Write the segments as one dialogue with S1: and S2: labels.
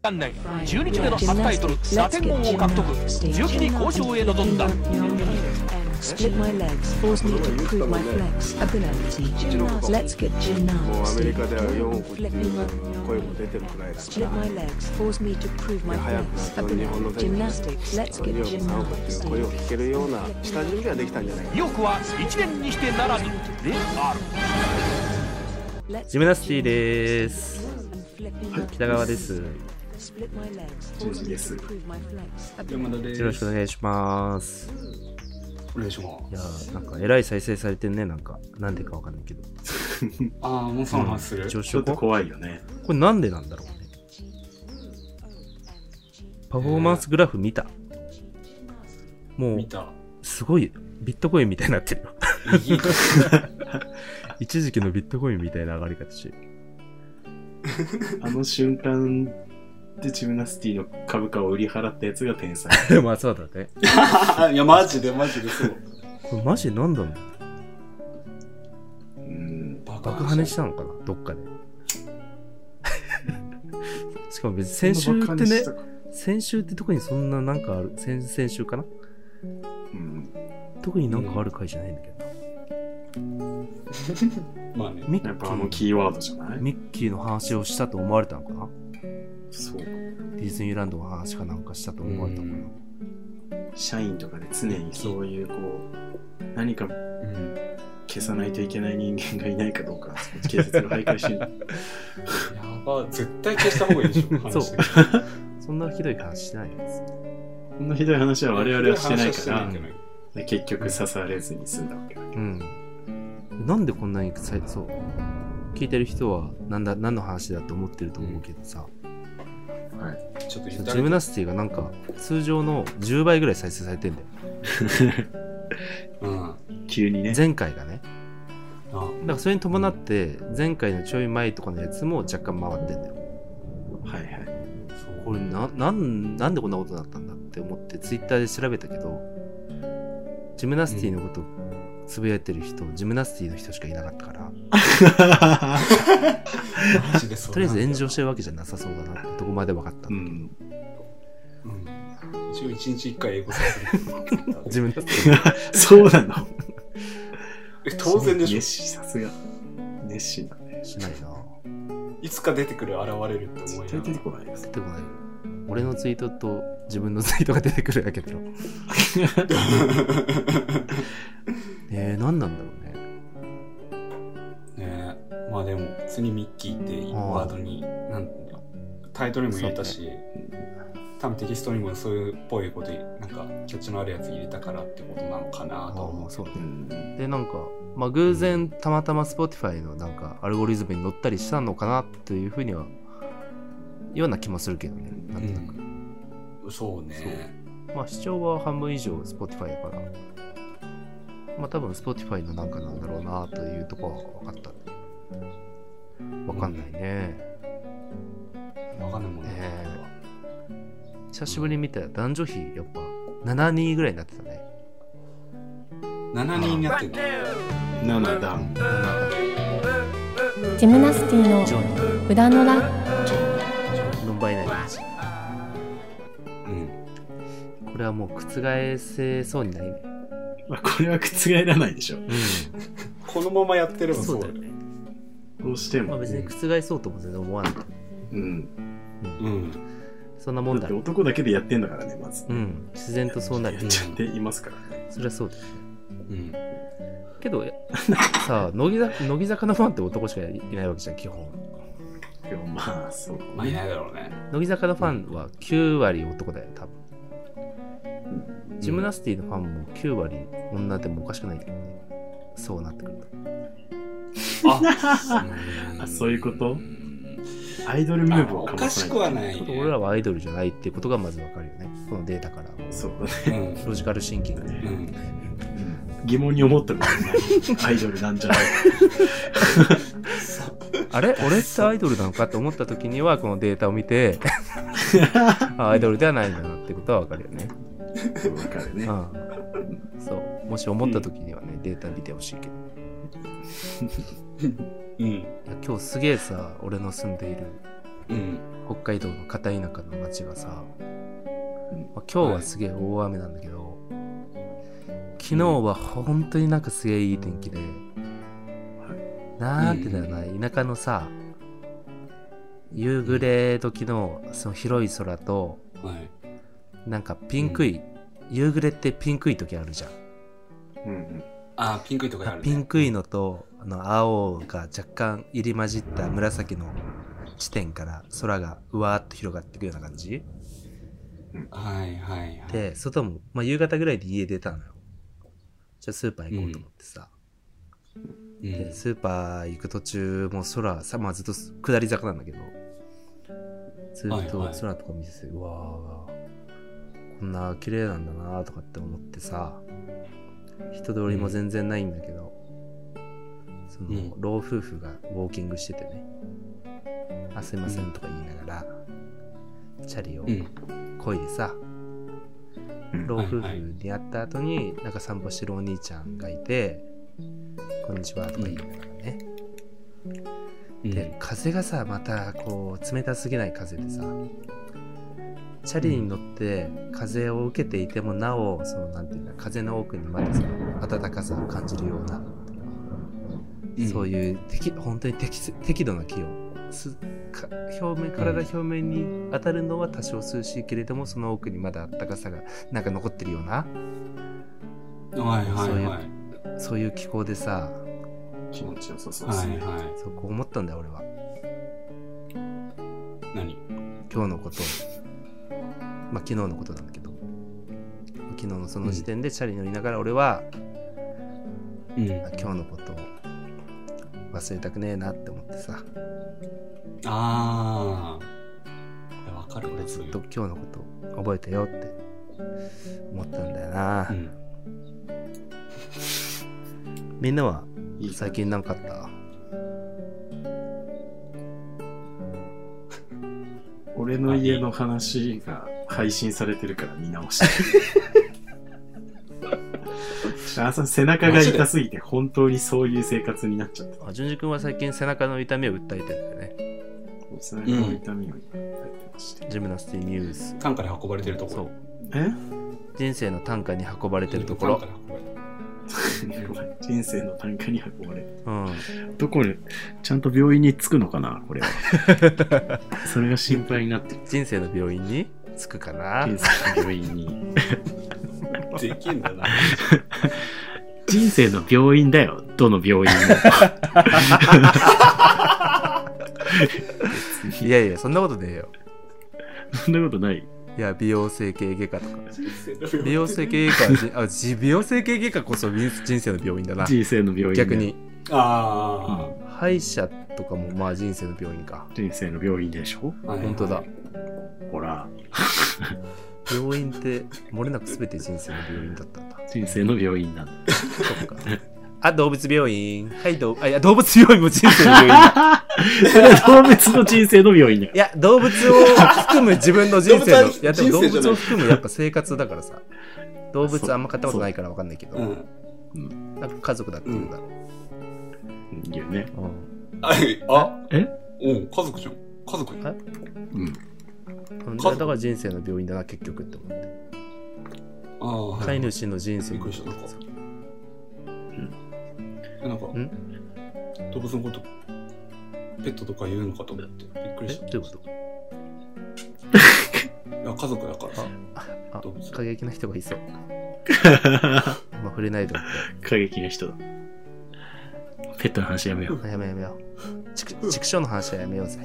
S1: 関連中日での初タイトル打点王を獲得強気に交渉へ臨んだ
S2: Split my legs, force me to prove my flexibility. Let's get
S3: もうアメリカでは
S2: gymnastics.
S3: 4億っていう声も出てるくらいだか
S2: Split
S3: ら
S2: my legs, force me to prove my
S3: 早くその日本
S2: flexibility.
S3: の選手に
S2: Gymnastics, let's
S3: 2
S2: get
S3: 億3億っていう声を
S2: gymnastics.
S3: 聞けるような下準備はできたんじゃないか
S1: 意欲は1年にしてならずである
S4: ジムナスティです。北川です。よ
S2: Split my legs, force me to prove my flexibility.
S5: 山田です。
S4: ろしくお願いします。
S5: お願いしま
S4: いやー、なんか、えらい再生されてんね、なんか。なんでかわかんないけど。
S5: す。ああ、モンさんの話する。
S4: 上
S6: ちょ
S4: 昇
S6: っと
S4: こ
S6: 怖いよね。
S4: れなんでなんだろうね。パフォーマンスグラフ見た。もう
S5: 見、た。
S4: すごい、ビットコインみたいになってるよ。 一時期のビットコインみたいな上がり方してる。
S6: あの瞬間でジムナスティの株価を売り払ったやつが天才。
S4: まあそうだね。
S5: いや、マジでマジでそう。
S4: これマジなんだろう
S6: うん。
S4: 爆破ねしたのかなどっかで。 しかも別に先
S6: そん
S4: 週
S6: な
S4: っ
S6: バ
S4: て
S6: カに
S4: ね
S6: し、たか
S4: 先週って特にそんななんかある、先々週かな
S6: うん。
S4: 特になんかある回じゃないんだけどな、
S5: まあね。
S4: ミ
S6: やっ
S4: ッキ
S6: ぱあの
S4: ー、
S6: キーワードじゃない
S4: ミッキーの話をしたと思われたのかな
S6: そう。
S4: ディズニーランドの話かなんかしたと思われたのかな
S6: 社員とかで常にそういうこう、何か
S5: うん。
S6: 消さないといけない人間がいないかど うか、警察が徘徊してる。
S5: やば、絶対消した方がいいでしょ、
S4: そう
S5: 話。
S4: そんなひどい話してないです。
S6: こんなひどい話は我々はしてないか
S5: 話はして
S6: ら
S5: ないけ、ど
S6: で結局刺されずに済んだわけだけ
S4: うん。なんでこんなにさそう。聞いてる人はなんだ何の話だと思ってると思うけどさ、
S6: ど。はい。
S5: ちょっ
S4: ちょ
S5: と言っ
S4: ったとジムナスティがなんか通常の10倍ぐらい再生されてんだよ。
S5: うん。あ
S6: 急にね。
S4: 前回がね。だ
S5: あ
S4: からそれに伴って前回のちょい前とかのやつも若干回ってんだよ。
S6: はいはい。
S4: これななんなんでこんなことになったんだって思ってツイッターで調べたけどジムナスティのことつぶやいてる人、ジムナスティの人しかいなかったから
S5: マジでそう。
S4: とりあえず炎上してるわけじゃなさそうだなってとこまで分かった、
S6: うん。
S5: うん。一応一日一回英語させる。
S4: ジムナスティ
S6: そうなの
S5: え当然でしょ
S6: 熱。心、さすが。熱心だね。
S4: しないない
S5: つか出てくる、現れるって思い
S6: 絶
S5: な
S6: 対出
S5: が
S6: て。
S5: ら
S6: こないです。
S4: 出てこない俺のツイートと自分のツイートが出てくるだけだろねえ何なんだろうね
S5: ねえまあでも普通にミッキーっていうワードになんだよタイトルにも入れたし、多分テキストにもそういうっぽいことなんかキャッチのあるやつ入れたからってことなのかなとは思
S4: ああそう
S6: う
S4: ね
S6: ん。
S4: でなんかまあ偶然たまたま Spotify のなんかアルゴリズムに乗ったりしたのかなっていうふうにはような気もするけどねなん
S5: う、
S4: となく
S5: うん、そうね
S4: まあ視聴は半分以上 Spotify だから、まあ多分 Spotify のなんかなんだろうなというとこは分かったんだけど。分かんないね。
S5: わかんないもんね、
S4: え久しぶりに見たら男女比やっぱ7人ぐらいになってたね。
S5: 7人になってんだ
S6: 7段。
S7: ジムナスティの
S4: ジョニ
S7: 裏の
S4: ー、
S7: ラ
S4: ノンバイナリー。
S5: うん
S4: これはもう覆せそうにないね。
S6: まあ、これは覆らないでしょ。
S5: このままやってれば
S4: そ
S5: そうう
S4: だ
S5: だ
S4: よ
S5: よ
S4: ね。
S6: どうして
S4: まあ
S6: も。
S4: 別に覆そうとも全然思わない。
S6: うん。
S5: うん
S4: そんなもん
S6: だ
S4: だ
S6: って。男だけでやってんだからね、まず。
S4: うん。自然とそうなる
S6: やっ。ちゃっていますからね。
S4: そりゃそうだ。
S5: うん
S4: けど、さあ、乃木坂乃木坂のファンって男しかいないわけじゃん、基本。
S6: でもまあ、そう。
S5: まあいないだろうね
S4: 乃木坂のファンは9割男だよ多分ジムナスティのファンも9割女でもおかしくないんだけどねそうなってくると
S6: あそういうこと
S5: ん
S6: アイドルムーブを
S5: お
S6: か
S5: か
S6: ま
S5: し
S6: さな
S5: く
S6: い。
S5: はない、ね、
S4: 俺らはアイドルじゃないっていうことがまず分かるよねこのデータから
S6: そうだね。
S5: うん
S4: ロジカルシンキングで
S5: うん
S6: 疑問に思った ことない。アイドルなんじゃない
S4: あれ俺ってアイドルなのかって思った時にはこのデータを見てあアイドルではないんだなってことは分かるよね
S6: か。わかるね。
S4: うんそうもし思った時にはねデータ見てほしいけど
S5: うん
S4: いや今日すげえさ俺の住んでいる
S5: うん。
S4: 北海道の片田舎の町がさ、
S6: ん
S4: まあ今日はすげえ大雨なんだけど、昨日は本当になんかすげえいい天気で、なんてだろうな、田舎のさ、夕暮れ時のその広い空と、
S5: はい。
S4: なんかピンクい、夕暮れってピンクい時あるじゃん。
S6: うん
S5: あー、ピンクいとかある、ね。
S4: ピンクいのとあの青が若干入り混じった紫の地点から空がうわーっと広がっていくような感じ
S5: はいはいはい。
S4: で外も、まあ、夕方ぐらいで家出たのよじゃあスーパー行こうと思ってさ、
S5: うん
S4: でスーパー行く途中もう空さ、まあ、ずっと下り坂なんだけどずっと空とか見てて、うわーこんな綺麗なんだなーとかって思ってさ人通りも全然ないんだけど、その、
S5: うん
S4: 老夫婦がウォーキングしててね「あすいません」とか言いながら、チャリを
S5: うん。
S4: こいでさ、
S6: うん
S4: 老夫婦
S5: はいはい
S4: に会った後になんか散歩してるお兄ちゃんがいて「こんにちは」とか言いながらね、
S5: うん
S4: で風がさまたこう冷たすぎない風でさチャリに乗って風を受けていてもなおそのなんていうんだ風の奥にまたさ暖かさを感じるような、そういう適本当に適す適度な気温すか表面体表面に当たるのは多少涼しいけれどもその奥にまだ暖かさがなんか残ってるような
S5: うん。はいはいはい。はい
S4: そういう気候でさ
S6: うん、気持ちよさそうですね。
S5: は。
S4: そうこう思ったんだよ俺はい
S5: 何
S4: 今日のことをまあ昨日のことなんだけど昨日のその時点でチャリ乗りながら俺は、
S5: うん
S4: あ。今日のことを忘れたくねえなって思ってさ
S5: あー。いやわかる
S4: 俺
S5: ね、
S4: ず
S5: そう
S4: っ
S5: いう
S4: と。今日のこと覚えてよって思ったんだよな、
S5: うん。
S4: みんなはい
S6: い
S4: 最近なんかあった
S6: 俺の家の話が配信されてるから見直 して。あさ背中が痛すぎて本当にそういう生活になっちゃって
S4: あ淳二君は最近背中の痛みを訴えてるんだよね
S6: 背中の痛みを抱えてまして、
S4: ジムナスティニュース
S5: 単価で運ばれてるところ。
S4: そう
S6: え
S4: 人生の短歌に運ばれてるところ
S5: 単、価で運ばれてる
S6: 人生の単価に運ばれる
S4: うん、
S6: どこにちゃんと病院に着くのかなこれは それが心配にな ってる
S4: 人生の病院に着くかな
S6: 人生の病院に
S5: できんだな。
S6: 人生の病院だよどの病院も
S4: いやいやそんなことねえよ
S6: そんなことない
S4: いや美容整形外科とか美容整形外科はじあじ美容整形外科こそ人人生の病院だな
S6: 人生の病院だよ
S4: 逆に
S5: あ
S4: 歯医者とかもまあ人生の病院か
S6: 人生の病院でしょ
S5: あ。はい
S4: 本当だ。
S6: ほら
S4: 病院って漏れなく全て人生の病院だったんだ
S6: 人生の病院 なんだ。
S4: そっかあ動物病院はいどうあいや動物病院も人生の病院だ
S6: それは動物の人生の病院だよ。
S4: いや動物を含む自分の人生の
S5: 動物はい
S4: やでも動
S5: 人生じ
S4: 物
S5: ゃない
S4: を含むやっぱ生活だからさ動物あんま買ったことないから分かんないけど、
S5: うん。
S4: なんか家族だって言うんだろ
S6: いいよね。
S4: う、
S5: ああ
S6: え
S5: うん、家族じゃん。家族
S4: え
S6: うん。
S4: うん
S5: 家
S4: だ
S5: 族
S4: から人生の病院だな結局って思って
S5: ああ、はい
S4: 飼い主の人生
S5: びっくりした。なんか。えなんか動物のこと、ペットとか言うのかと思って、びっく
S4: え
S5: りした。
S4: どういうこと
S5: いや、家族だからさ。
S4: あ
S5: 動物
S4: 過激な人がいそうあんま触れないと思
S6: 過激な人だ。ペットの話やめよ う。
S4: ってあやめようやめようちく畜生の話はやめようぜ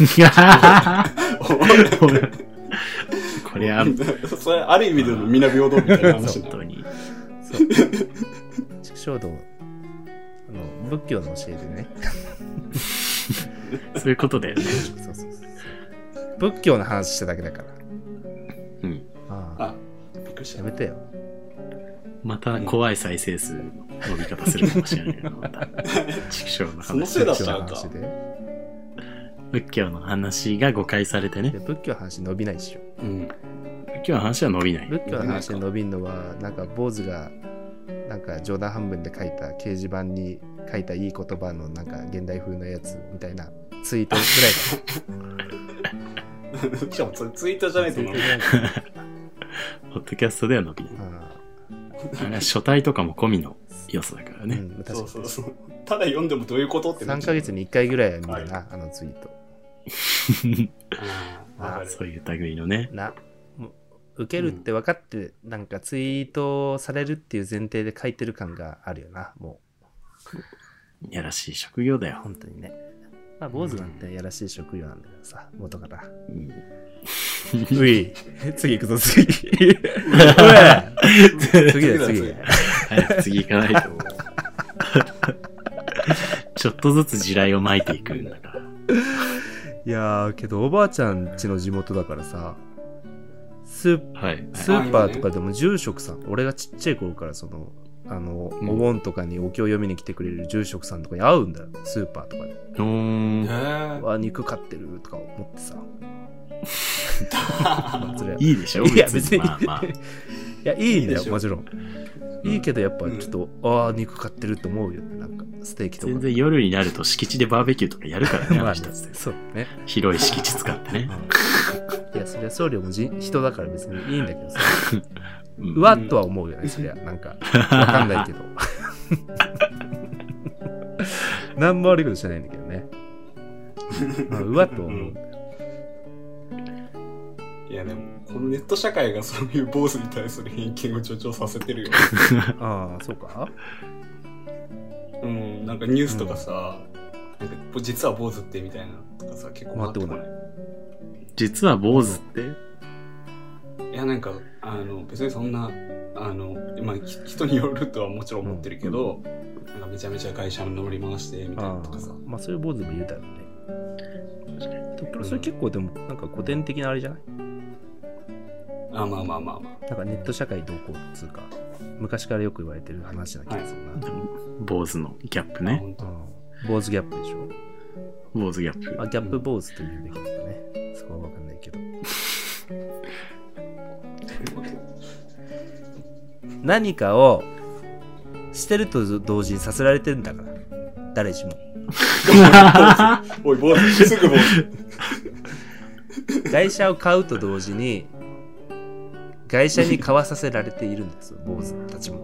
S6: いやーこれは、
S5: それ、ある意味での皆平等みたいな話
S6: 本
S5: な
S6: 当に。
S4: そう 畜生道あの仏教の教えでね
S6: そういうことだよね。
S4: そうそうそう仏教の話しただけだから
S6: うん。
S4: ああ
S5: あ、びっくりし
S4: や
S5: た。
S4: めてよ
S6: また怖い再生数の伸び方するかもしれないな。また。畜生の
S5: その
S6: 話。
S5: せいだっ
S4: 仏教
S5: た
S4: の
S5: んか
S4: 話。で
S6: 仏教の話が誤解されてね
S4: で。仏教の話伸びないでしょ
S5: うん。
S6: 仏教の話は伸びない。
S4: 仏教の話で伸びんのはなんか坊主がなんか冗談半分で書いた掲示板に書いたいい言葉のなんか現代風のやつみたいなツイートぐ
S5: しかもそれツイートじゃないと思う。
S6: ポッドキャストでは伸びない。
S4: らいか。
S6: あれは書体とかも込みの要素だか ら
S4: うん。う
S6: ね。
S4: ん、
S5: そう
S4: 確か
S5: そ
S4: に
S5: う。そう。ただ読んでもどういうことってなっ
S4: 3
S5: ちゃ
S4: ヶ
S5: う。
S4: 月に1回ぐらいは見るな、あのツイート。
S5: うんわかる
S6: そういう類のね。
S4: な、もう受けるって分かって、なんかツイートされるっていう前提で書いてる感があるよな、も
S6: やらしい職業だ
S4: う、
S6: よ。
S4: 本当にね。まあ、坊主なんてやらしい職業なんだけどさ、元から。
S6: うん
S4: うい、 次行くぞ、 次。次
S5: 次
S4: だ、
S5: だ
S4: 次
S5: 次。
S6: 早く次行かないと。ちょっとずつ地雷を撒いていくんだから。
S4: いやー、けどおばあちゃんちの地元だからさ、スー
S6: はい。
S4: スーパーとかでも住職さん、俺がちっちゃい頃からその、あの、
S6: ん
S4: お盆とかにお経を読みに来てくれる住職さんとかに会うんだよ、スーパーとかで。
S6: うーん
S5: へー
S4: わ、肉買ってるとか思ってさ。まあそれはい
S6: いでしょ
S4: いや、別に。
S6: まあまあ
S4: い。や、いいんだ
S5: いいでし
S4: よ、
S5: ょ
S4: もちろん。いいけど、やっぱちょっと、ああ、肉買ってると思うよ。なんか、ステーキとか。
S6: 全然夜になると敷地でバーベキューとかやるからね、あ
S4: ま
S6: の
S4: あ、
S6: 人
S4: ね
S6: たち、
S4: そうね。
S6: 広い敷地使ってね。
S4: いや、そりゃ僧侶もじ人だから別にいいんだけどさ。
S6: うん
S4: うわっとは思うよね、そりゃ。なんか、わかんない けど。なんも悪いことしてないんだけどね。まあうわっとは思う。
S5: いやでも、このネット社会がそういう坊主に対する偏見を助長させてるよ。
S4: ああ、そうか
S5: うん、なんかニュースとかさ、なんか実は坊主ってみたいなとかさ、結構回ってこない。
S6: 実は坊主って
S5: いやなんかあの別にそんなあの、まあ、ひ人によるとはもちろん思ってるけど、なんかめちゃめちゃ会社に乗り回してみたいな
S4: あ
S5: とかさ
S4: あ、まあそういう坊主も言うたよね。でもそれ結構でも、なんか古典的なあれじゃない
S5: あまあまあまあまあ
S4: なんかネット社会どうこうっつうか、昔からよく言われてる話な気がするな。
S6: 坊主のギャップ
S5: あ
S6: ね。
S5: 本当
S4: うん坊主ギャップでしょ
S6: 坊主ギャッ
S4: あ、
S6: プ。
S4: ギャップ坊主と言うべきなのかね。そこはわかんないけ ど。何かをしてると同時にさせられてるんだから。誰しも。
S5: おい坊主すぐ坊主
S4: 外車を買うと同時に、外車に買わさせられているんですよ、坊主たちも。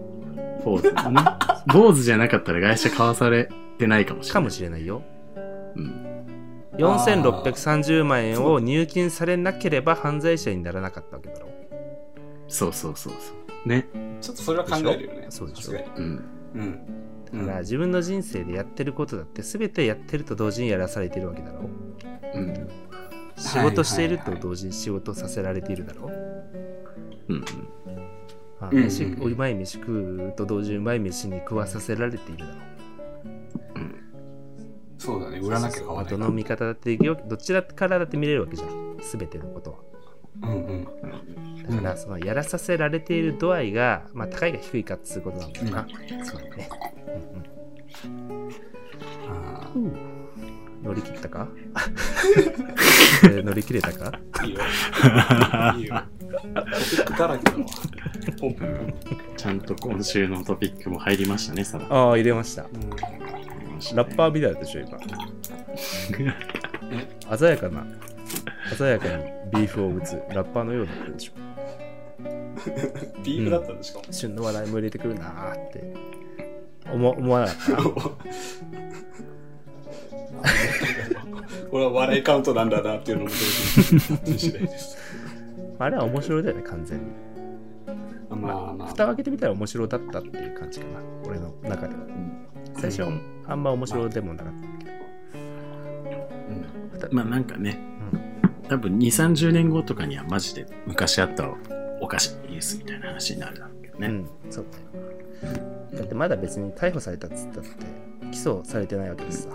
S6: 坊主だね。 坊主じゃなかったら会社買わされてないかもしれ
S4: か
S6: ない。
S4: もしれないよ。
S6: うん。
S4: 4630万円を入金されなければ犯罪者にならなかったわけだろう。
S6: そうそうそうそう。ね。
S5: ちょっとそれは考えるよね
S4: そうでしょ
S5: さすがに
S6: うん。
S5: うんう
S4: だ
S5: ん
S4: から自分の人生でやってることだって全てやってると同時にやらされてるわけだろう。
S6: うん。
S4: 仕事していると同時に仕事させられているだろう。
S6: うん。
S4: あ
S5: うん
S4: 飯
S5: うんうん
S4: うまい飯食うと同時にうまい飯に食わさせられているだろう。
S5: そうだね売らなきゃ買わない
S4: どの味方だってできるどちらからだって見れるわけじゃん。全てのことは。
S5: うんうん
S4: だからそのやらさせられている度合いが、まあ、高いか低いかっていうことなんだよな。そうだね。
S5: あ
S4: うんうん乗り切った か乗り切れたか
S5: ーいいよいい よトピックだらけだわポンポンポン
S6: ちゃんと今週のトピックも入りましたね、さら
S4: ああ、入れました。ラッパー
S6: ー。
S4: みたいだったでしょ、今。 鮮やかな、鮮やかにビーフを打つラッパーのようだったでしょ。
S5: うんビーフだったんでしかも
S4: 旬の話題も入れてくるなーって思思わなかった。
S5: これは笑いカウントなんだなっていうのも同時に次第です。
S4: あれは面白いだよね、完全に。
S5: まあまあ、
S4: 蓋を開けてみたら面白だったっていう感じかな、俺の中では。最初はあんま面白でもなかったけど。
S6: まあなんかね
S4: う、
S6: 多分2、30年後とかにはマジで昔あったおかしいニュースみたいな話になるだろうけど
S4: う
S6: ね。
S4: ん、そうだよ。だってまだ別に逮捕されたっつったって、起訴されてないわけですさ。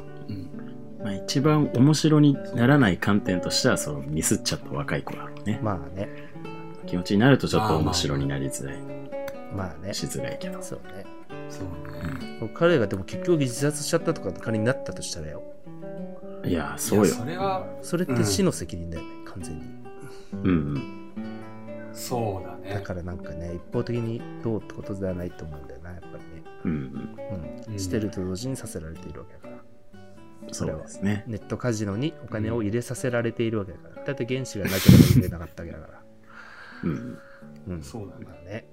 S6: まあ一番面白にならない観点としては、そのミスっちゃった若い子だろうね。
S4: まあね、
S6: 気持ちになるとちょっと面白になりづらい、
S4: まあね。
S6: しづらいけど。
S4: そうね。
S5: そうね。
S4: 彼がでも結局自殺しちゃったとか仮になったとしたらよ。
S6: いやー、そう
S5: いや
S6: よ。
S5: それは、
S4: それって死の責任だよね、完全に。
S6: うん
S5: そうだね。
S4: だからなんかね、一方的にどうってことではないと思うんだよな、やっぱりね。
S6: うん。うん
S4: うん。してると同時にさせられているわけだから。
S6: うん。
S4: そ
S6: そ
S4: れ
S6: う
S4: は
S6: ですね。
S4: ネットカジノにお金を入れさせられているわけだから、だって原資がなければ入れなかったわけだから、
S6: うん。
S4: うん、
S5: そうだね
S4: まあね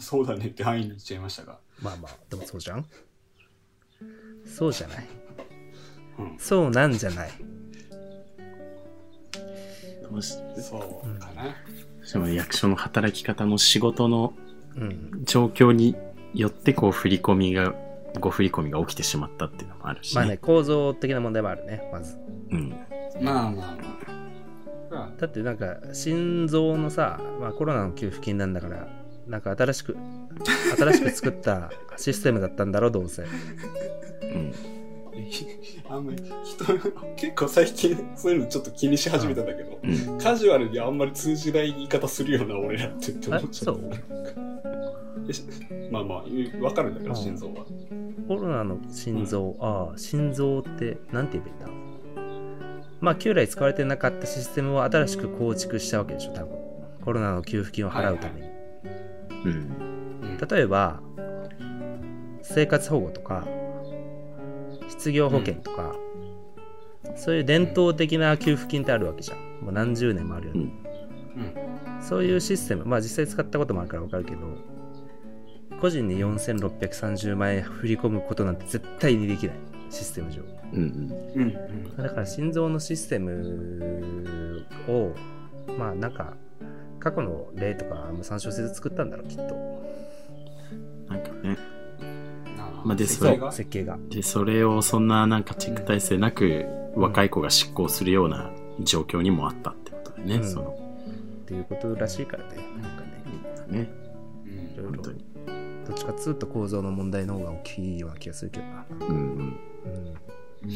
S5: そうだねって範囲に言っちゃいましたが。
S4: まあまあでもそうじゃんそうじゃない
S5: うん。
S4: そうなんじゃない
S6: どうし
S5: そうかな。
S6: しかも役所の働き方も仕事の
S4: うん
S6: 状況によって、こう、振り込みが、ご振り込みが起きてしまったっていうのもあるし、
S4: まあね構造的な問題もあるねまず
S6: うん。
S5: まあまあまあ。
S4: だってなんか心臓のさ、まあ、コロナの給付金なんだからなんか新しく新しく作った システムだったんだろうどうせ
S6: うん。
S5: あんまり人、結構最近そういうのちょっと気にし始めたんだけど、
S6: うん。
S5: カジュアルにあんまり通じない言い方するような俺らってって思
S4: あ
S5: っちゃ
S4: そ
S5: っ
S4: う
S5: た。まあまあ、わかるんだけ
S4: う
S5: ど、
S4: ん
S5: 心臓は。
S4: コロナの心臓、ああ心臓って何て言えばいいんだまあ旧来使われてなかったシステムを新しく構築したわけでしょ多分コロナの給付金を払うために、
S6: うん。
S5: うん
S4: 例えば生活保護とか失業保険とか、そういう伝統的な給付金ってあるわけじゃんもう何十年もあるよね、そういうシステムまあ実際使ったこともあるからわかるけど個人に4630万円振り込むことなんて絶対にできないシステム上
S6: うん。
S5: うん。うん。
S4: だから心臓のシステムをまあなんか過去の例とかも参照せず作ったんだろうきっと
S6: なんかね。
S5: な
S6: まあで
S5: 設
S6: それ
S5: 計が
S4: 設計が
S6: で、それをそんななんかチェック体制なく、若い子が執行するような状況にもあったってことでね、
S4: うん
S6: その、
S4: っていうことらしいからねなんかね
S6: ね、
S5: う
S4: いろい
S6: 本
S5: ん
S4: ろ
S6: 当に。
S4: どっちかっつうと構造の問題の方が大きいような気がするけどな、
S6: う
S4: う
S6: ん
S4: ん、ね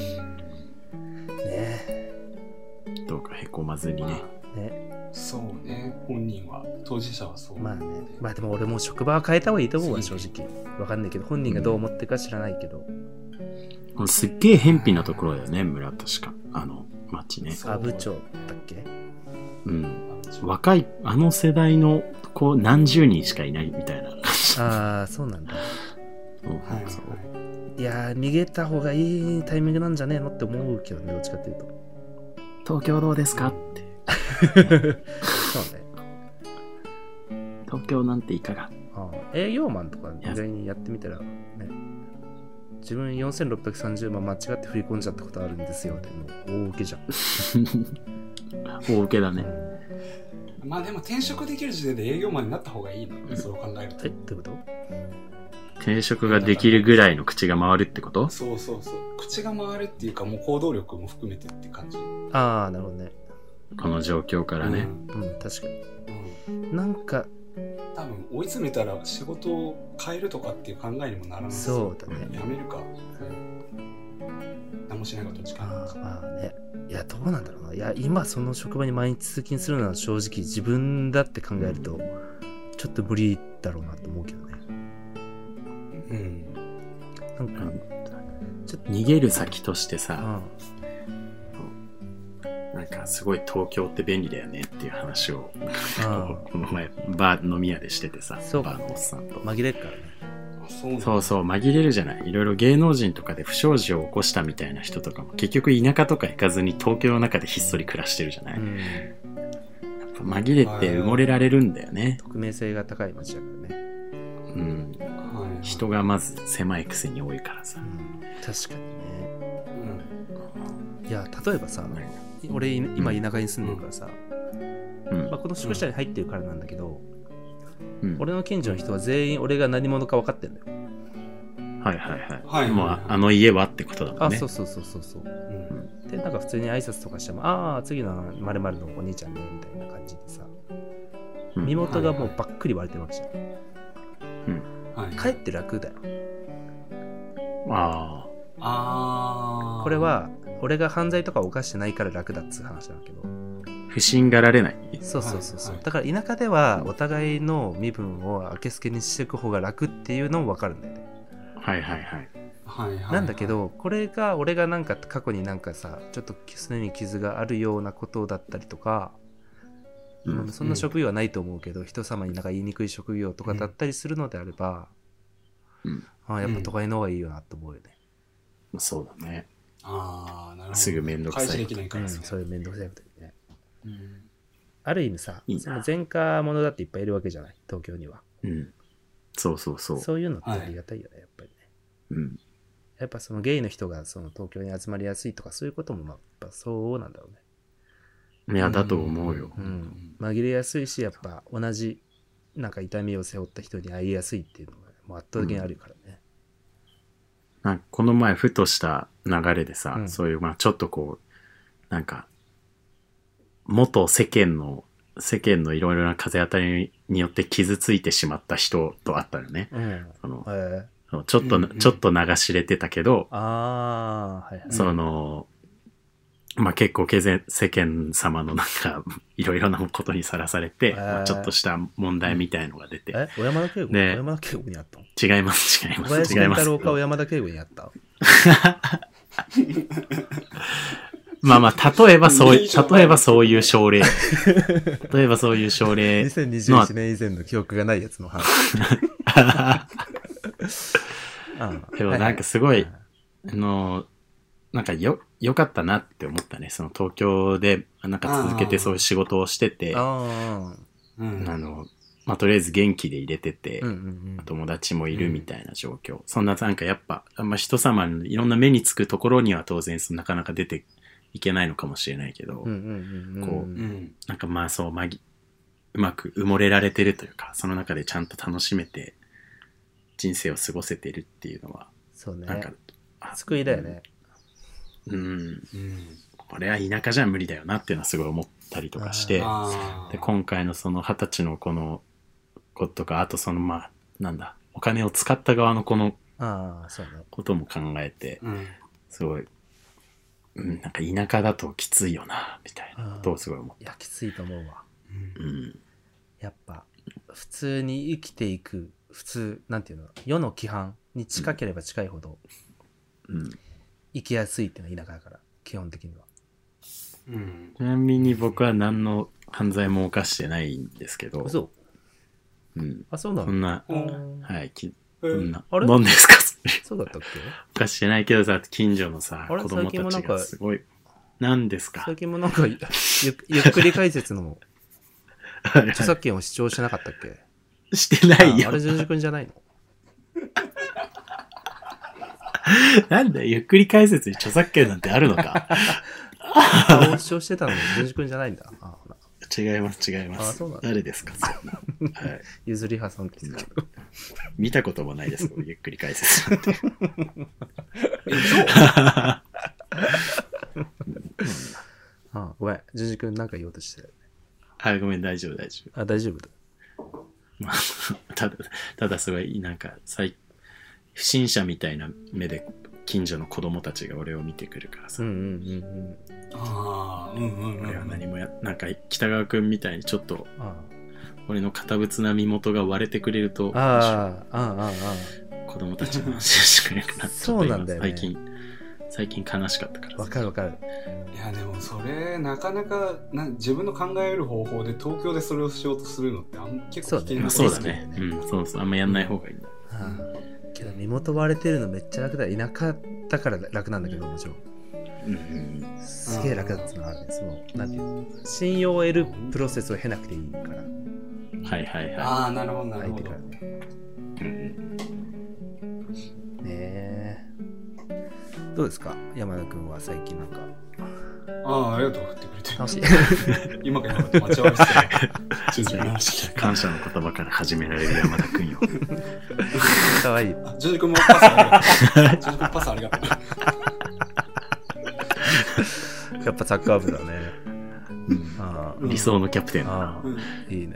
S6: うん。どうかへこまずにね。
S4: えね
S5: そうね。本人は、当事者はそう。
S4: まあねまあでも俺もう職場は変えた方がいいと思うわ正直わかんないけど本人がどう思ってるか知らないけど
S6: このすっげえ偏僻なところだよね、村確か。あの、町ね。
S5: そう
S4: 阿武町だっけ
S6: うん。
S5: あちょ
S6: 若い、あの世代の子何十人しかいないみたいな。
S4: ああそうなんだ
S6: そう
S5: はいはい
S6: そう
S4: いやー逃げた方がいいタイミングなんじゃねえのって思うけどねどっちかっていうと
S6: 東京どうですかって。
S4: そうね
S6: 東京なんていかが
S4: ああ営業マンとか意外にやってみたらね自分4630万間違って振り込んじゃったことあるんですよってもう大受けじゃん、
S6: 大受けだね。
S5: まあでも転職できる時点で営業マンになった方がいいね。そう考え
S4: え
S5: ると
S4: っ。てこと
S6: 転職ができるぐらいの口が回るってこと
S5: そうそうそう。口が回るっていうか、もう行動力も含めてって感じ。
S4: ああなるほどね
S6: この状況からね。
S4: うん確かに
S5: うん。うん
S4: なんか
S5: 多分追い詰めたら仕事を変えるとかっていう考えにもならない
S4: そうだね
S5: やめるか、何もしないかどっちかになっ
S4: あ
S5: ち
S4: あ
S5: ゃう
S4: まあねいやどうなんだろうないや今その職場に毎日通勤するのは正直自分だって考えるとちょっと無理だろうなと思うけどね
S5: うん
S4: なんかちょっと
S6: 逃げる先としてさ、
S4: あ
S6: なんかすごい東京って便利だよねっていう話を、
S4: あ
S6: この前、バー、飲み屋でしててさ、
S4: そうか
S6: バーのおっさ んと。
S4: 紛れっからね
S5: あそうなんだ
S6: そうそう、紛れるじゃない。いろいろ芸能人とかで不祥事を起こしたみたいな人とかも、結局田舎とか行かずに東京の中でひっそり暮らしてるじゃない。
S4: うん
S6: やっぱ紛れて埋もれられるんだよね。
S4: 匿名性が高い街だからね、
S6: うん。
S5: はい
S6: 人がまず狭いくせに多いからさ
S4: う。ん、確かにね
S5: うん
S4: いや例えばさ俺い今田舎に住んでるからさ、
S6: うん
S4: まあ、この宿舎に入ってるからなんだけど、
S6: うん。
S4: 俺の近所の人は全員俺が何者か分かってんだよ、
S6: はいはいはい。
S5: はい
S6: もうああの家はってことだも
S4: あ
S6: んね。
S4: そうそうそうそうそう
S5: うん
S4: でなんか普通に挨拶とかしても「ああ次のまるのお兄ちゃんね」みたいな感じでさ
S6: うん
S4: 身元がもうばっくり割れてるわけじゃん、
S5: はい
S4: 帰って楽だよ
S6: あ
S5: あー
S4: これは俺が犯罪とかを犯してないから楽だっつう話なんだけど
S6: あ。不審がられない。
S4: そうそうそうそう、
S5: はいはい
S4: だから田舎ではお互いの身分を明けすけにしていく方が楽っていうのも分かるんだよね
S6: はいはいはい。
S5: はいはいはい
S4: なんだけど、これが俺がなんか過去になんかさちょっとすでに傷があるようなことだったりとか、
S6: うん
S4: まあそんな職業はないと思うけど、人様になんか言いにくい職業とかだったりするのであれば、
S6: うん
S4: ああやっぱ都会の方がいいよなと思うよね。
S6: そうだね。
S5: ああ、なるほど。
S6: すぐめんどく
S5: 開
S6: さ
S5: 始で
S6: い。
S5: きないか
S4: うん、
S5: らですね。
S4: そういう面倒くさいことね。
S5: うん
S4: ある意味さ
S6: いい、な
S4: その前科者だっていっぱいいるわけじゃない、東京には。
S6: うん。そうそうそう。
S4: そういうのってありがたいよね、やっぱりね。
S6: うん。
S4: やっぱそのゲイの人がその東京に集まりやすいとかそういうこともまあやっぱそうなんだろうね。
S6: いや、だと思うよ。
S4: うん。紛れやすいし、やっぱ同じなんか痛みを背負った人に会いやすいっていうのがもう圧倒的にあるからね。
S6: なんかこの前、ふとした流れでさ、
S4: うん
S6: そういう、まあちょっとこう、なんか、元世間の、世間のいろいろな風当たりによって傷ついてしまった人と会ったよね。
S4: うん。
S6: その
S4: えー、
S6: そのちょっと、
S5: うんうん
S6: ちょっと流しれてたけど、
S4: ああー、はいはい。
S6: その、まあ結構経済世間様のなんか、いろいろなことにさらされて、
S4: えー
S6: まあちょっとした問題みたいのが出て、
S4: え、小山田圭吾、
S6: ね
S4: 小山田圭吾に会ったの
S6: 違います、違い
S4: 小
S6: ま
S4: 林
S6: す、違い
S4: 健
S6: ま
S4: 太
S6: す
S4: 郎。か小山田圭吾に会った
S6: まあまあ、例えばそうい
S5: いいじゃ
S6: う、
S5: ん
S6: 例えばそういう症 例。例えばそういう症例。
S4: ?2021 年以前の記憶がないやつの 話。あー
S6: でもなんかすごい、あの、なんかよ、良かったなって思ったね。その東京で、なんか続けてそういう仕事をしてて、あ
S4: ああ、
S5: うん。
S6: の、まあとりあえず元気で入れてて、
S4: うんうんうん。
S6: 友達もいるみたいな状況。そんななんかやっぱ、あんま人様のいろんな目につくところには当然そのなかなか出ていけないのかもしれないけど、
S4: うんうんうんうん
S6: こう
S5: うん。
S6: なんかまあそう、まぎ、うまく埋もれられてるというか、その中でちゃんと楽しめて、人生を過ごせてるっていうのは、
S4: そうね
S6: なんか、あ
S4: 救いだよね。
S6: うん、
S5: うん。
S6: これは田舎じゃ無理だよなっていうのはすごい思ったりとかして、
S5: ああ。
S6: で、今回のその二十歳のこの子とか、あとそのまあ、なんだ、お金を使った側のこの
S4: ああ、そうね。
S6: ことも考えて、
S5: うん。
S6: すごい、うん、なんか田舎だときついよな、みたいなことをすごい思
S4: いや、きついと思うわ。
S6: う。うん、
S4: やっぱ、普通に生きていく、普通、なんていうの、世の規範に近ければ近いほど
S6: うん。
S4: 生きやすいっていうのが田舎だから、基本的には。
S5: うん。
S6: ちなみに僕は何の犯罪も犯してないんですけど、
S4: そう。
S6: うん、
S4: あ、そうな
S6: そ
S4: の
S6: んな、
S5: うん
S6: はい、き
S5: う
S6: そん
S5: ん。
S6: な、
S4: あれ
S6: 何ですか それ
S4: そうだったっけ
S6: 犯してないけどさ、近所のさ、
S4: あれ
S6: 子供
S4: 最
S6: たち
S4: 近もなん
S6: が
S4: か
S6: すごい、何ですか
S4: 最近もなんか、ゆゆっくり解説の著作権を主張しなかったっけ
S6: してない
S4: あ
S6: よ
S4: あれ、。ジュンジ君じゃないの
S6: なんだよゆっくり解説に著作権なんてあるのか
S4: あを主張してたのに、ジュンジ君じゃないんだ。あほら
S6: 違います、違いま
S4: あ
S6: す
S4: そうなん。だ
S6: 誰ですかそんな、はい。
S4: ゆずりはさんですけど。
S6: 見たこともないです、ゆっくり解説なんて。
S4: あごめん、ジュンジ君なんか言おうとしてたよね。
S6: はい、ごめん、大丈夫、大丈夫。
S4: あ、大丈夫だ。
S6: まあ、 ただ、ただすごい、なんか、最、不審者みたいな目で、近所の子供たちが俺を見てくるからさ、
S4: うんうんうんうん。
S5: ああ。うんうんうん。
S6: 俺は何もや、なんか、北川くんみたいにちょっと、
S4: あ
S6: 俺の堅物な身元が割れてくれると、
S4: あ、ああ、ああ、あ
S6: 子供たちの話をしてくれるから、ちょっ
S4: そ
S6: と
S4: う
S6: 今
S4: なんだよね
S6: 最近、最近悲しかったから
S4: あ。わかるわかる。
S5: いやでもそれなかなかな自分の考える方法で東京でそれをしようとするのってあん結構危険
S6: ま
S5: な
S6: あ、そ
S5: ことで
S6: う
S5: す
S6: だ
S5: けど
S6: ね。うん、そうそう、あんまやんない方がいい。
S4: ああけど、身元割れてるのめっちゃ楽だ。田舎だから楽なんだけど、もちろん。
S6: うん、
S4: すげえ楽だったのがあるね。その、なんていうの信用を得るプロセスを経なくていいから、
S6: はいはいは
S5: ああなるほどなる
S4: 相
S5: ほ
S4: 手か
S5: ど
S4: ら。ね
S6: い。うん
S4: え。どうですか山田君は最近なんか。
S5: ああありがとう振ってくれて
S4: 楽しい。
S5: 今から待ち合わせして
S6: じゃあ
S5: ジ
S6: 感謝の言葉から始められる山田くんよ。
S4: かわいい。
S5: ョージ君もパスありがとうジョージ君パスありがとう
S4: やっぱサッカー部だね。
S6: うん
S4: あ
S5: うん
S6: 理想のキャプテンだな。
S4: あ、あ
S5: うん
S4: あいいね。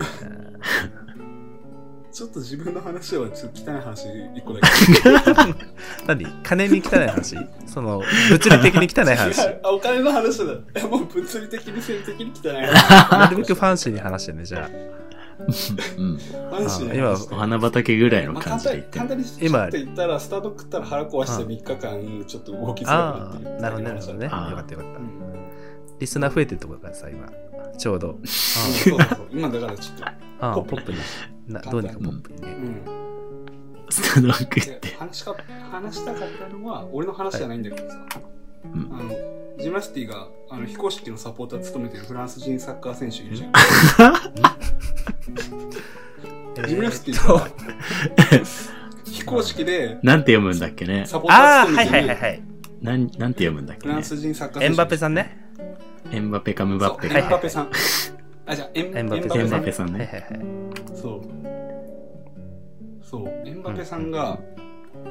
S5: ちょっと自分の話はちょっと汚い話一個だけ
S4: 何金に汚い話その、物理的に汚い話。
S5: 違うあお金の話だいやもう物理的に生理的に汚い話
S4: なるべくファンシーに話してね、じゃあ。
S6: うん
S5: 話
S4: あ
S5: ね
S4: 今
S6: お花畑ぐらいの
S5: まあ、
S6: 感
S5: 簡
S6: じで
S5: 単
S6: 言
S5: に
S6: ってる
S5: 簡単にちょっと言ったらスタート食ったら腹壊して3日間ちょっと動きづら
S4: あ
S5: くなってる
S4: あ、なるほどね、なるほどね。よ
S6: ああ
S4: かったよかっ
S5: う
S4: た。
S5: ん
S4: リスナー増えてるところからさ、今。ちょうど。
S5: そうそうそう今だからちょっと、
S4: ああ、
S5: ポ
S4: ポ
S5: ッ
S4: ップ
S5: プ
S4: に。などうにかポップに
S5: う
S4: ね。
S5: ん、
S6: スタノークっ
S5: で
S6: て。
S5: 話しか話したかったのは俺の話じゃないんだけどさ、
S6: うん
S5: あのジムナスティがあの非公式のサポーター務めてるフランス人サッカー選手いるじゃん。
S4: え
S5: ジムナステ
S4: ー
S5: ィが 非公式で
S6: なんて読むんだっけね
S5: サポーター
S4: ああ、
S5: 務
S4: は
S5: め
S4: いはい
S5: て
S4: はい
S5: る
S4: はい。
S6: なんなんて読むんだっけ
S5: フラ
S6: ね
S5: ンス人サッカー
S4: エ
S5: 選手。
S4: ンバペさんね。
S6: エンバペかムバ
S5: そう
S6: ペ
S5: エ
S6: か
S5: ンバペさん。あ、じゃあエン
S4: エンバペさん
S6: エ
S4: ね
S6: ン
S5: さ
S6: バ
S5: ん
S6: ペさん
S4: はい
S6: ね
S4: はいはい。
S5: そう。そう、エンバペさんが、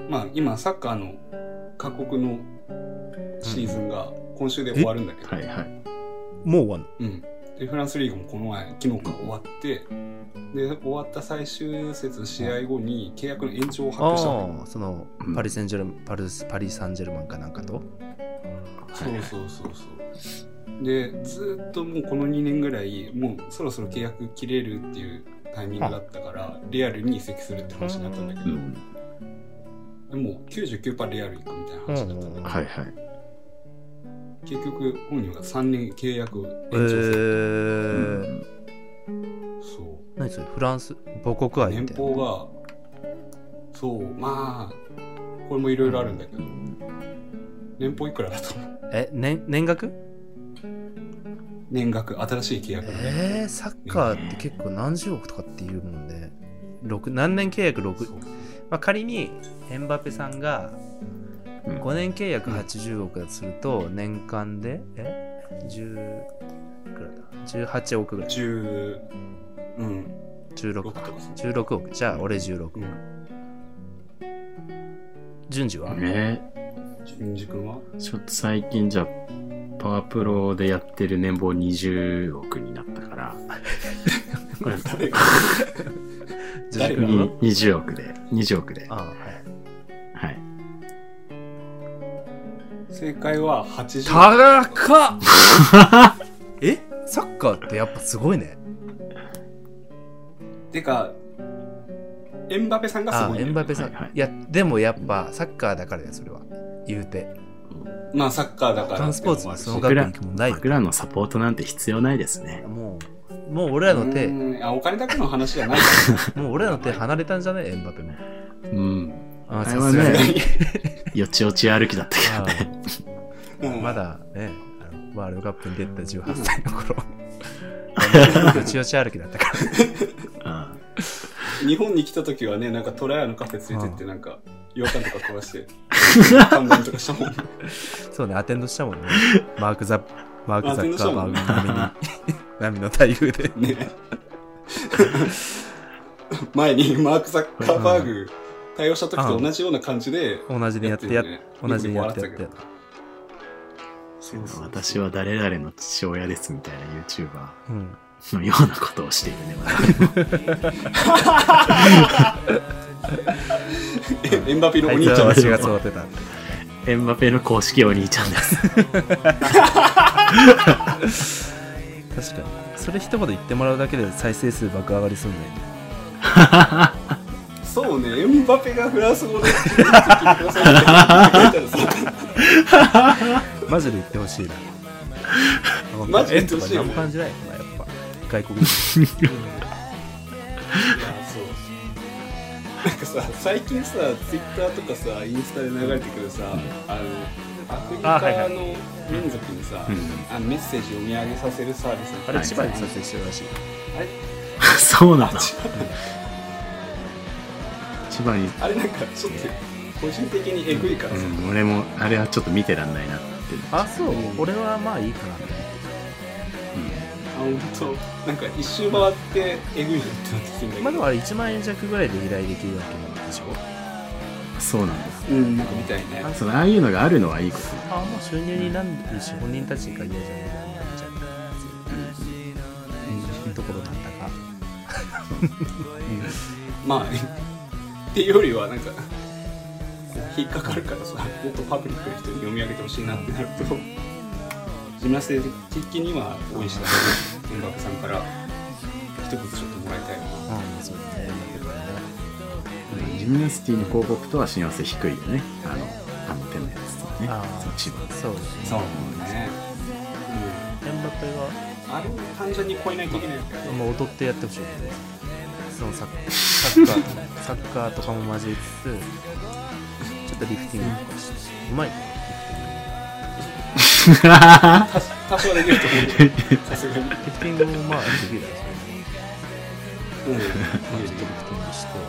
S5: まあ今サッカーの各国のシーズンが今週で終わるんだけど、
S6: はいはい
S4: もう終わんの
S5: うん。で、フランスリーグもこの前、昨日か終わって、で、終わった最終節試合後に契約の延長を発表したわ
S4: ああ、その
S6: うん
S4: パリ・センジェルマンパルスパリ・サンジェルマンかなんかと。
S5: け。そうそうそうそう。で、ずっともうこの2年ぐらい、もうそろそろ契約切れるっていうタイミングだったから、リアルに移籍するって話になったんだけ
S6: う
S5: ど、
S6: ん
S5: でもう99%レアル行くみたいな話だったんだけど、
S6: はいはい
S5: 結局本人が3年契約を延
S4: え
S5: 長する、
S4: ー、
S5: そ
S4: 何それフランス母国
S5: う
S4: 愛み
S5: 年
S4: たいな。
S5: 俸がそうまあこれもいろいろあるんだけど、年俸いくらだと思う
S4: え、年年額
S5: 年額新しい契約のね、
S4: えー、サッカーって結構何十億とかっていうもんで、六何年契約
S5: そ
S4: 6、
S5: う
S4: まあ、仮にエンバペさんが
S6: うん
S4: 5年契約80億だとすると、年間で、え ?10 いくらだ ?18 億ぐらい。
S5: 10うん
S4: 16
S5: 6
S4: 億
S5: と。かそ
S4: 16億。じゃあ俺16。
S5: う、うん、
S4: 順次は、
S6: ね
S5: 純次君は
S6: ちょっと最近じゃパワープロでやってる年俸20億になったから
S5: これ誰が
S4: 順次
S5: 誰
S4: 君は
S5: が
S6: に20億で20億で
S4: ああ、はい。
S6: はい
S5: 正解は80
S4: 高っ えサッカーってやっぱすごいね。
S5: てかエンバペさんがす
S4: あ
S5: ごい
S4: あ、
S5: んだよ
S4: エンバペさん。
S6: はいいはい
S4: や、でもやっぱサッカーだからだよ、それは。言うて。
S5: まあサッカーだから
S4: 他のスポーツもその額
S6: 僕ら
S4: に行くもんないよ。
S6: 僕らのサポートなんて必要ないですね
S4: もう、もう俺らの手、も
S5: うんあお金だけの話じゃな い
S4: う俺らの手離れたんじゃないエンバペも。
S6: うん
S4: ああ、
S6: あれ
S4: さ
S6: は
S4: すがに。
S6: ね よちよち歩きだったけどね
S5: うん
S4: まだね、あのワールドカップに出た18歳の 頃。よちよち歩きだったから。
S6: あ
S5: 日本に来た時はねなんかトライアのカフェついてってなんか洋館とか壊して看板とかしたもんね
S4: そうね、アテンドしたもんね。マーク・ザ・マーク・
S5: ア
S4: ザ
S5: テン
S4: ッ
S5: ド
S4: カーバーグ
S5: し
S4: の波に、 波の待遇で。
S5: ね前にマーク・ザッカーバーグ対応した時と同じような感じで
S4: 同じでやってやっ
S5: るよね
S4: 同じでやってやって
S5: よく笑たけどそうそう
S6: 私は誰々の父親ですみたいな YouTuber
S4: うん。
S6: のようなことをしているね、
S5: えエンバピのお
S4: あい
S5: 兄
S4: つ
S5: ちゃ
S4: は
S5: ん
S4: わ
S5: です
S4: し
S5: よ
S4: が育てた。
S6: エンバペの公式お兄ちゃんです。
S4: 確かに。それ一言言ってもらうだけで再生数爆上がりすんだよね。
S5: そうねエンバペがフランス語で「聞いてください」って言ってくれたらさ
S4: マジで言ってほしい な。
S5: マジで言ってほしいよ
S4: 円とか何も感じないよな、やっぱ。外国 人。
S5: いやそうなんかさ最近さツイッターとかさインスタで流れてくるさ、あのアフリ
S4: あはいは
S5: カ
S4: い
S5: の民族にさ、
S6: うん
S5: あのメッセージを見上げさせるサービス
S4: あれ、千葉で撮影してるらしい。
S5: あれ
S6: そうな
S5: あ
S6: の
S5: ち
S6: 千葉に、
S5: あれなんかちょっと個人的にエグいからさ、
S6: うん、俺も、あれはちょっと見てらんないなって。
S4: あ、そう。俺はまあいいかなって。
S5: あ本当なんか一周回ってエグいなってなってきてんだけど
S4: まあでもあれ1万円弱ぐらいで依頼できるわけなんでしょ
S6: そうなんだ。
S5: うんなんかみたいね
S6: そのああいうのがあるのはいいこと。
S4: ああ、もう収入になんでし本人たちが嫌じゃねえな、みたいな。うん、ところだったか。
S5: まあっていうよりはなんかこう引っかかるからさもっとパブリックな人に読み上げてほしいなってなるとジムナスティックには応援したけど円楽さんから一言ちょっともらいたいな
S4: うん、そうだね。
S6: ジムナスティの広告とは親和性低いよね。あの、あの手のやつとかね
S4: あ。ー
S6: その千葉。
S4: そうね。
S5: そうね、
S4: エンバペは
S5: うん、あれを単純に超えないといけないんだけど
S4: もう踊ってやってほしいよねそのサッサッカーサッカーとかも交えつつちょっとリフティングとかしてうまいね
S5: 多多少できると思うけど、さすがに。うん、
S4: テッピングもまあできるでしょ
S5: うん、
S4: まあちょっとリフティングして面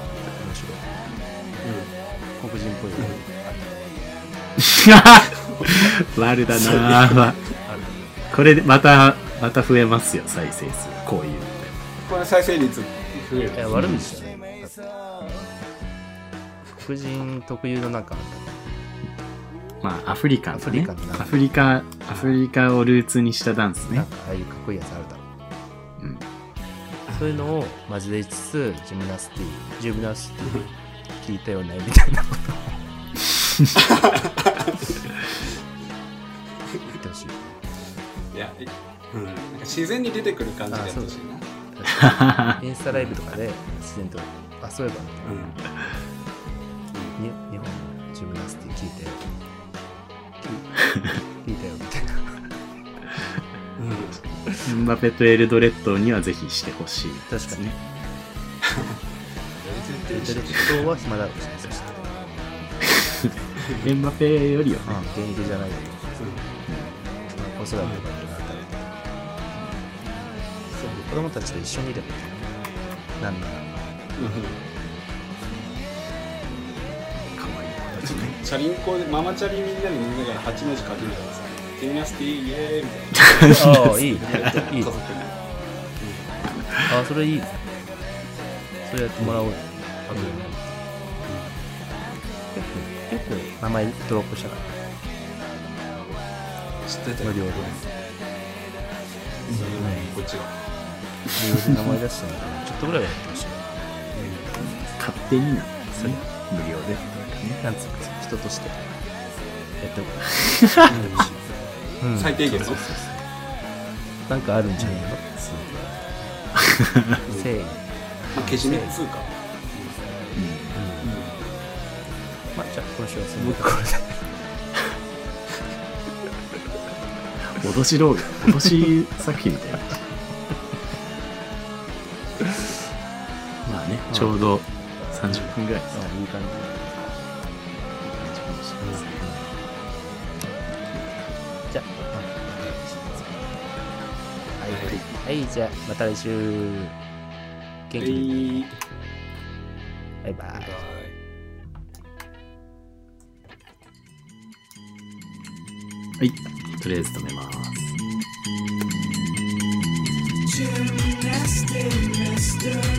S4: 白い黒人っぽいのが
S6: 悪だなぁ、まあ
S4: ある
S6: これでまた、また増えますよ、再生数。こういうので。
S5: これ再生率増える
S4: い。や悪いですよねだって黒人特有のなんか
S6: まあ、アフリカンだね。
S4: アフリカンだな
S6: アフリカ、アフリカをルーツにしたダンス
S4: なん
S6: ね。
S4: かああいうかっこいいやつあるだろう、
S6: うん
S4: そういうのをマジでしつつジムナスティジムナスティ聞いたよねみたいなこと 言ってほしい
S5: いや、うん、なんか自然に出てくる感じでやってほしいな。
S4: インスタライブとかで自然とあそういえば
S5: うん。
S4: に日本のジムナスティ聞いたよ聞い聞いたよみたいな
S5: う
S6: エ
S5: ん。
S6: ンバペとエルドレッドにはぜひしてほしい。
S4: 確かに
S6: ね
S4: 言ってる人は暇だろうしねそして
S6: エンバペよりはね、
S4: 現役じゃないよ子育てとかになったりそう子供たちと一緒にいればいいなんなら
S5: うん
S6: 可愛い子たちね。
S5: チャリンコで、ママチャリみんなで飲みながら8文字書けるからさ、ジムナスティーイエーイみ
S4: ああいいいい
S5: たい
S4: い
S5: な。
S4: い
S5: 家族に。
S4: ああそれいいそれやってもらおうよあとで結構結構名前ドロップしたから
S5: 知ってた
S4: 無料で
S5: それはねこっちが。
S4: 名前出したのでちょっとぐらいはやってほしい
S6: 勝手にな。それ無料で。
S4: なんつうかその人としてやっておくうん
S5: 最低限の。
S4: なんかあるんじゃないの誠意
S5: まあけじめっつうか。
S4: まあじゃあ今週はそのところで
S6: 脅し 動画、脅し作品みたいな。まあね、ちょうど30分ぐらいですね。
S4: いい感じじゃあ、はい、じゃあ、また来週。元気
S5: え
S4: に、
S5: い。
S4: バイバイ。
S6: はい、とりあえず止めます。
S7: Gymnastic master.